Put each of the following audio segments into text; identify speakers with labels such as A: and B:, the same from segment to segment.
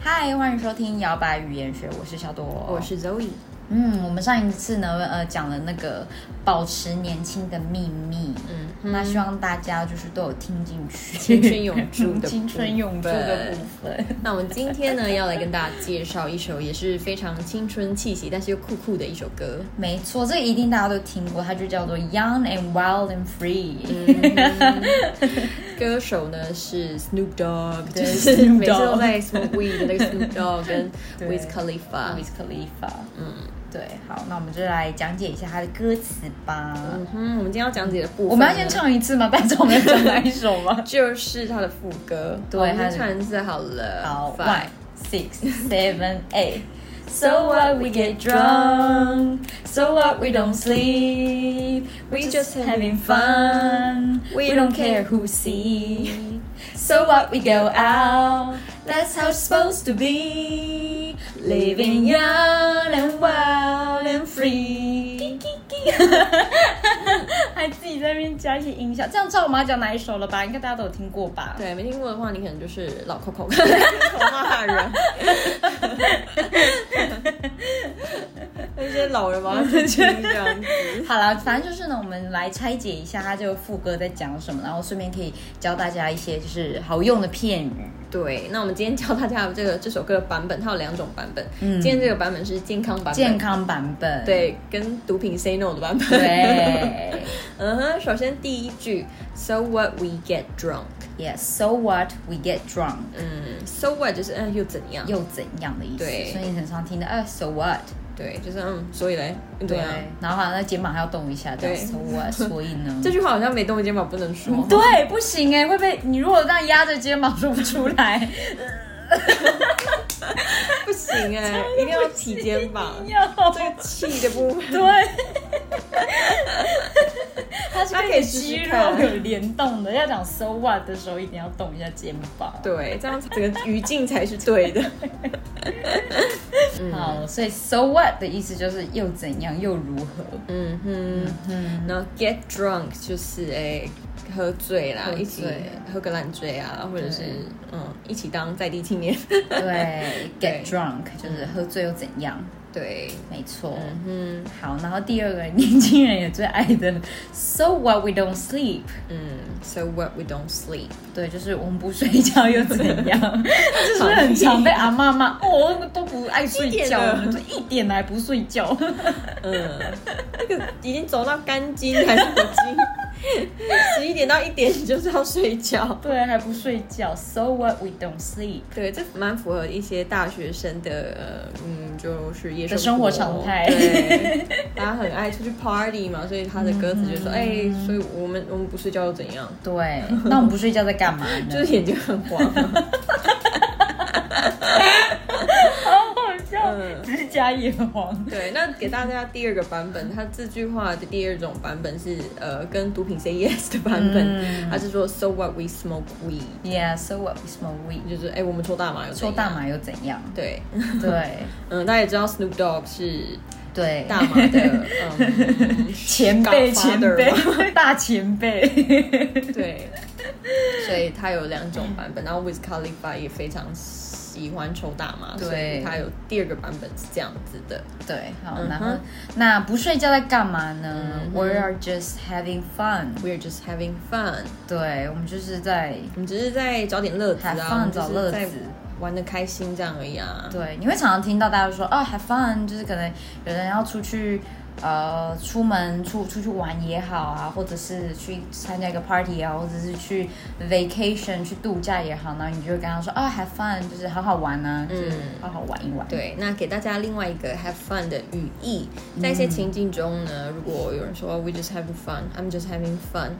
A: 嗨，欢迎收听摇摆语言学，我是小朵，
B: 我是 Zoe。
A: 嗯，我们上一次呢，呃，讲了那个保持年轻的秘密，嗯，那希望大家就是都有听进去，
B: 青春永驻的
A: 青春永驻的部分。
B: 那我们今天呢，要来跟大家介绍一首也是非常青春气息，但是又酷酷的一首歌。
A: 没错，这个一定大家都听过，它就叫做《Young and Wild and Free》。
B: 嗯歌手呢是 Snoop Dogg，
A: 对
B: 就是
A: ，Snoop
B: 每次都
A: Dogg
B: 在 Smoke Weed 的那个 Snoop Dogg 跟
A: 对
B: Wiz Khalifa。
A: Wiz Khalifa，嗯，对，好，那我们就来讲解一下它的歌词吧。
B: 嗯哼，我们今天要讲解的部分，
A: 我们要先，唱一次 吗？不然我们要讲哪一首吗
B: 就是他的副歌。
A: 对
B: 好我们
A: 它
B: 先
A: 的
B: 唱一次好了。
A: 好
B: Five
A: ，one six seven eight。So what we get drunk, so what we don't sleep, we just having fun, we don't care who see. So what we go out, that's how it's supposed to be. Living young and wild and free. 还自己在那边加一些音效，这样知道我们要讲哪一首了吧？应该大家都有听过吧？
B: 对，没听过的话，你可能就是老 Coco，我骂 人，那些老人嘛，就听这样子。
A: 好了，反正就是呢，我们来拆解一下它这个副歌在讲什么，然后顺便可以教大家一些就是好用的片语。
B: 对，那我们今天教大家这个这首歌的版本，它有两种版本。
A: 嗯
B: 今天这个版本是健康版本，
A: 健康版本，
B: 对，跟毒品 say no 的版本。，
A: 对
B: 嗯哼，首先第一句，So what we get drunk，
A: ，Yes。So what we get drunk
B: 嗯，So what 就是嗯又怎样？
A: 又怎样的意思？
B: 对
A: 所以你很常听的，呃，So what？
B: 对，就是嗯，所以嘞，又怎样？
A: 然后好像那肩膀还要动一下，这样
B: 对
A: So what？所以 呢？
B: 这句话好像没动肩膀不能说。
A: 对，不行哎，会被你如果这样压着肩膀说不出来，
B: 不行 哎、一定要提肩膀。
A: 要
B: 这个气的部 分，
A: 对，它是
B: 它可
A: 跟
B: 以
A: 你
B: 试试
A: 肌肉
B: 看
A: 有联动的。要讲 so what 的时候，一定要动一下肩膀。
B: 对，这样整个语境才是对的。嗯
A: 好，所以 so what 的意思就是又怎样又如何。
B: 嗯哼，然后 get drunk 就是哎、喝醉啦，
A: 喝醉
B: 一起喝个烂醉啊，或者是
A: 对
B: 嗯一起当在地 青年。
A: 对
B: 对
A: ，get drunk 就是喝醉又怎样，
B: 对，
A: 没错。
B: 嗯
A: 好，然后第二个年轻人也最爱的 so what we don't sleep，
B: 嗯，so what we don't sleep，
A: 对，就是我们不睡觉又怎 样，就是很常被阿妈骂，哦，都不爱睡
B: 一点
A: 觉，
B: 了
A: 我们就一点来不睡觉。
B: 嗯，那个已经走到肝经还是火经， 十一点到一点就是要睡觉。
A: 对，还不睡觉。So what we don't sleep
B: 对，这蛮符合一些大学生的，呃，嗯，就是夜
A: 的生活常态
B: 对，大家很爱出去 party 嘛，所以他的歌词
A: 嗯
B: 就说，哎、所以我们我们不睡觉又怎样？
A: 对。 那我们不睡觉在干嘛呢？
B: 就是眼睛很花。
A: 好好笑
B: 嗯
A: 只是加眼黄。
B: 对，那给大家第二个版本，它这句话的第二种版本是呃跟毒品 say yes 的版
A: 嗯
B: 本，它是说 so what we smoke weed，
A: Yeah, so what we smoke weed，
B: 就是哎、我们抽大麻有怎
A: 抽
B: 样
A: 大。麻又怎样？
B: 对，
A: 对
B: 嗯，大家也知道 Snoop Dogg 是
A: 对，
B: 大麻 的嗯
A: 前辈
B: godfather
A: 前
B: 嘛
A: 辈 大前辈。
B: 对，所以他有两种版本，然后 Wiz Khalifa 也非常喜欢抽大麻，
A: 对
B: 所以他有第二个版本是这样子的。
A: 对，好，
B: 嗯哼
A: 然后那不睡觉在干嘛呢
B: 嗯哼
A: ？We are just having fun。
B: We're just having fun，
A: 对，我们就是在
B: 我们只是在找点乐子
A: Have
B: 啊
A: fun，，
B: 我们只是
A: 找乐子
B: 在玩的开心这样而已啊。
A: 对，你会常常听到大家说哦，have fun，就是可能有人要出去，呃，出门出出去玩也好啊，或者是去参加一个 party 啊，或者是去 vacation 去度假也好，然后你就会跟他说哦，have fun，就是好好玩啊，就是好好玩一玩。
B: 嗯对，那给大家另外一个 have fun 的语义，在一
A: 嗯
B: 些情境中呢，如果有人说 we just having fun，I'm just having fun，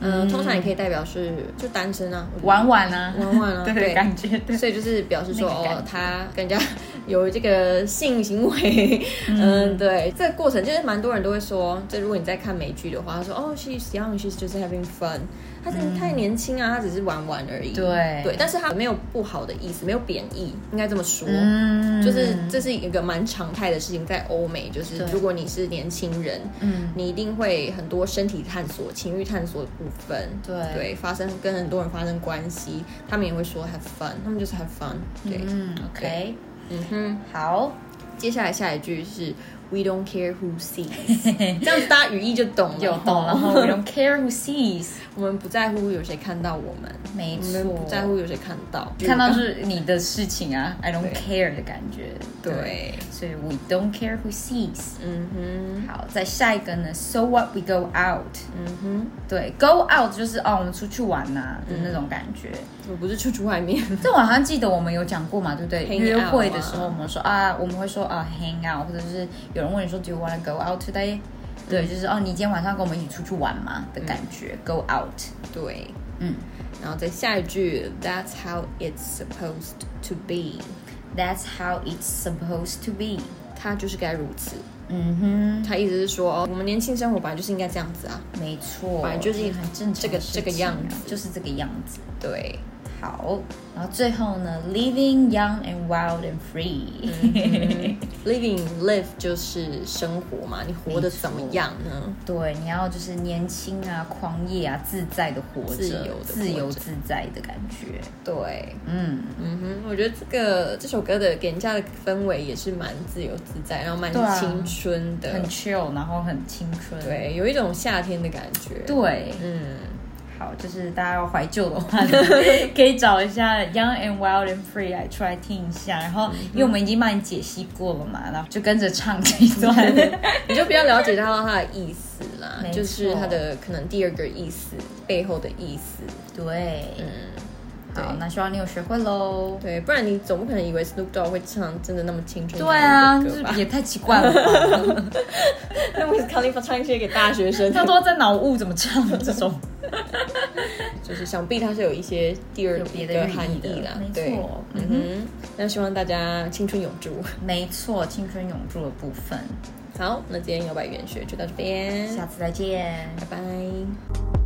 B: 嗯，通常也可以代表是就单身啊，
A: 玩玩啊，
B: 玩玩 啊，
A: 对，
B: 对，
A: 感觉对。
B: 所以就是表示说，
A: 那个感觉
B: 哦，他跟人家 有这个性行为， 嗯，对，这个过程就是蛮多人都会说，就如果你在看美剧的话，他说哦，she's young，she's just having fun，她真的太年轻啊，她只是玩玩而已，
A: 嗯对
B: 对，但是她没有不好的意思，没有贬义，应该这么说，
A: 嗯
B: 就是这是一个蛮常态的事情，在欧美，就是
A: 对
B: 如果你是年轻人，
A: 嗯
B: 你一定会很多身体探索、情欲探索的部分，
A: 对
B: 对，发生跟很多人发生关系，他们也会说 have fun，他们就是 have fun，对，
A: 嗯，OK，
B: 嗯哼。
A: 好，
B: 接下来下一句是 we don't care who sees，这样子大家语义就懂了，
A: 有懂，然后 we don't care who sees，
B: 我们不在乎有谁看到我们，
A: 没
B: 我们不在
A: 错，
B: 乎有谁看到，
A: 看到是你的事情啊，I don't
B: 对
A: care 的感觉，
B: 对，
A: 所以 we don't care who sees。
B: 嗯哼，
A: 好，再下一个呢，so what we go out，
B: 嗯哼，
A: 对，go out 就是哦，我们出去玩呐、的
B: 嗯
A: 那种感觉。
B: 我不是出去外面，
A: 这我好像记得我们有讲过嘛，对不对
B: Hang out
A: 约会的时候，我们说啊，我们会说啊，hang out，或者是有人问你说，do you wanna go out
B: 嗯
A: today？对，就是哦，你今天晚上跟我们一起出去玩嘛的感觉、g o out。
B: 对，
A: 嗯
B: 然后再下一句 that's how it's supposed to be，
A: ，That's how it's supposed to be。
B: 它就是该如此，
A: 嗯
B: 它意思是说，哦，我们年轻生活本来就是应该这样子啊，
A: 哼，没错，
B: 本来就是一个
A: 很正常的
B: 这个
A: 事情啊
B: 这个样子
A: 就是这个样子。
B: 对，
A: 好，然后最后呢，living young and wild and free。
B: 嗯 living live 就是生活嘛，你活得怎么样呢？
A: 对，你要就是年轻啊、狂野啊、自在的活着，
B: 自由地活着
A: 自由自在的感觉。
B: 对，
A: 嗯，
B: 嗯哼，我觉得这个这首歌的给人家的氛围也是蛮自由自在，然后蛮
A: 对啊
B: 青春的，
A: 很 chill，然后很青春。
B: 对，有一种夏天的感觉。，
A: 对，
B: 嗯，
A: 好，就是大家要怀旧的话呢， 可以找一下《Young and Wild and Free》来出来听一下。然
B: 嗯
A: 后，因为我们已经帮你解析过了嘛，然后就跟着唱这一段。
B: 你就比较了解到它的意思啦
A: 没，错
B: 就是它的可能第二个意思背后的意思。
A: 对，
B: 嗯，
A: 好，
B: 对
A: 那希望你有学会喽。
B: 对，不然你总不可能以为 Snoop Dogg 会唱真的那么青 春
A: 对啊，
B: 洋溢
A: 这
B: 的歌吧？
A: 也太奇怪了吧。
B: 那 Wiz Khalifa 唱一些给大学 生，
A: 他都在脑雾怎么唱这种？
B: 就是想必它是有一些第二
A: 有别的
B: 一个
A: 寓意
B: 含义
A: 的
B: 啦
A: 没，
B: 对
A: 错，
B: 嗯哼，那希望大家青春永驻。
A: 没错，青春永驻的部分。
B: 好，那今天摇摆元学就到这边，
A: 下次再见。
B: 拜拜。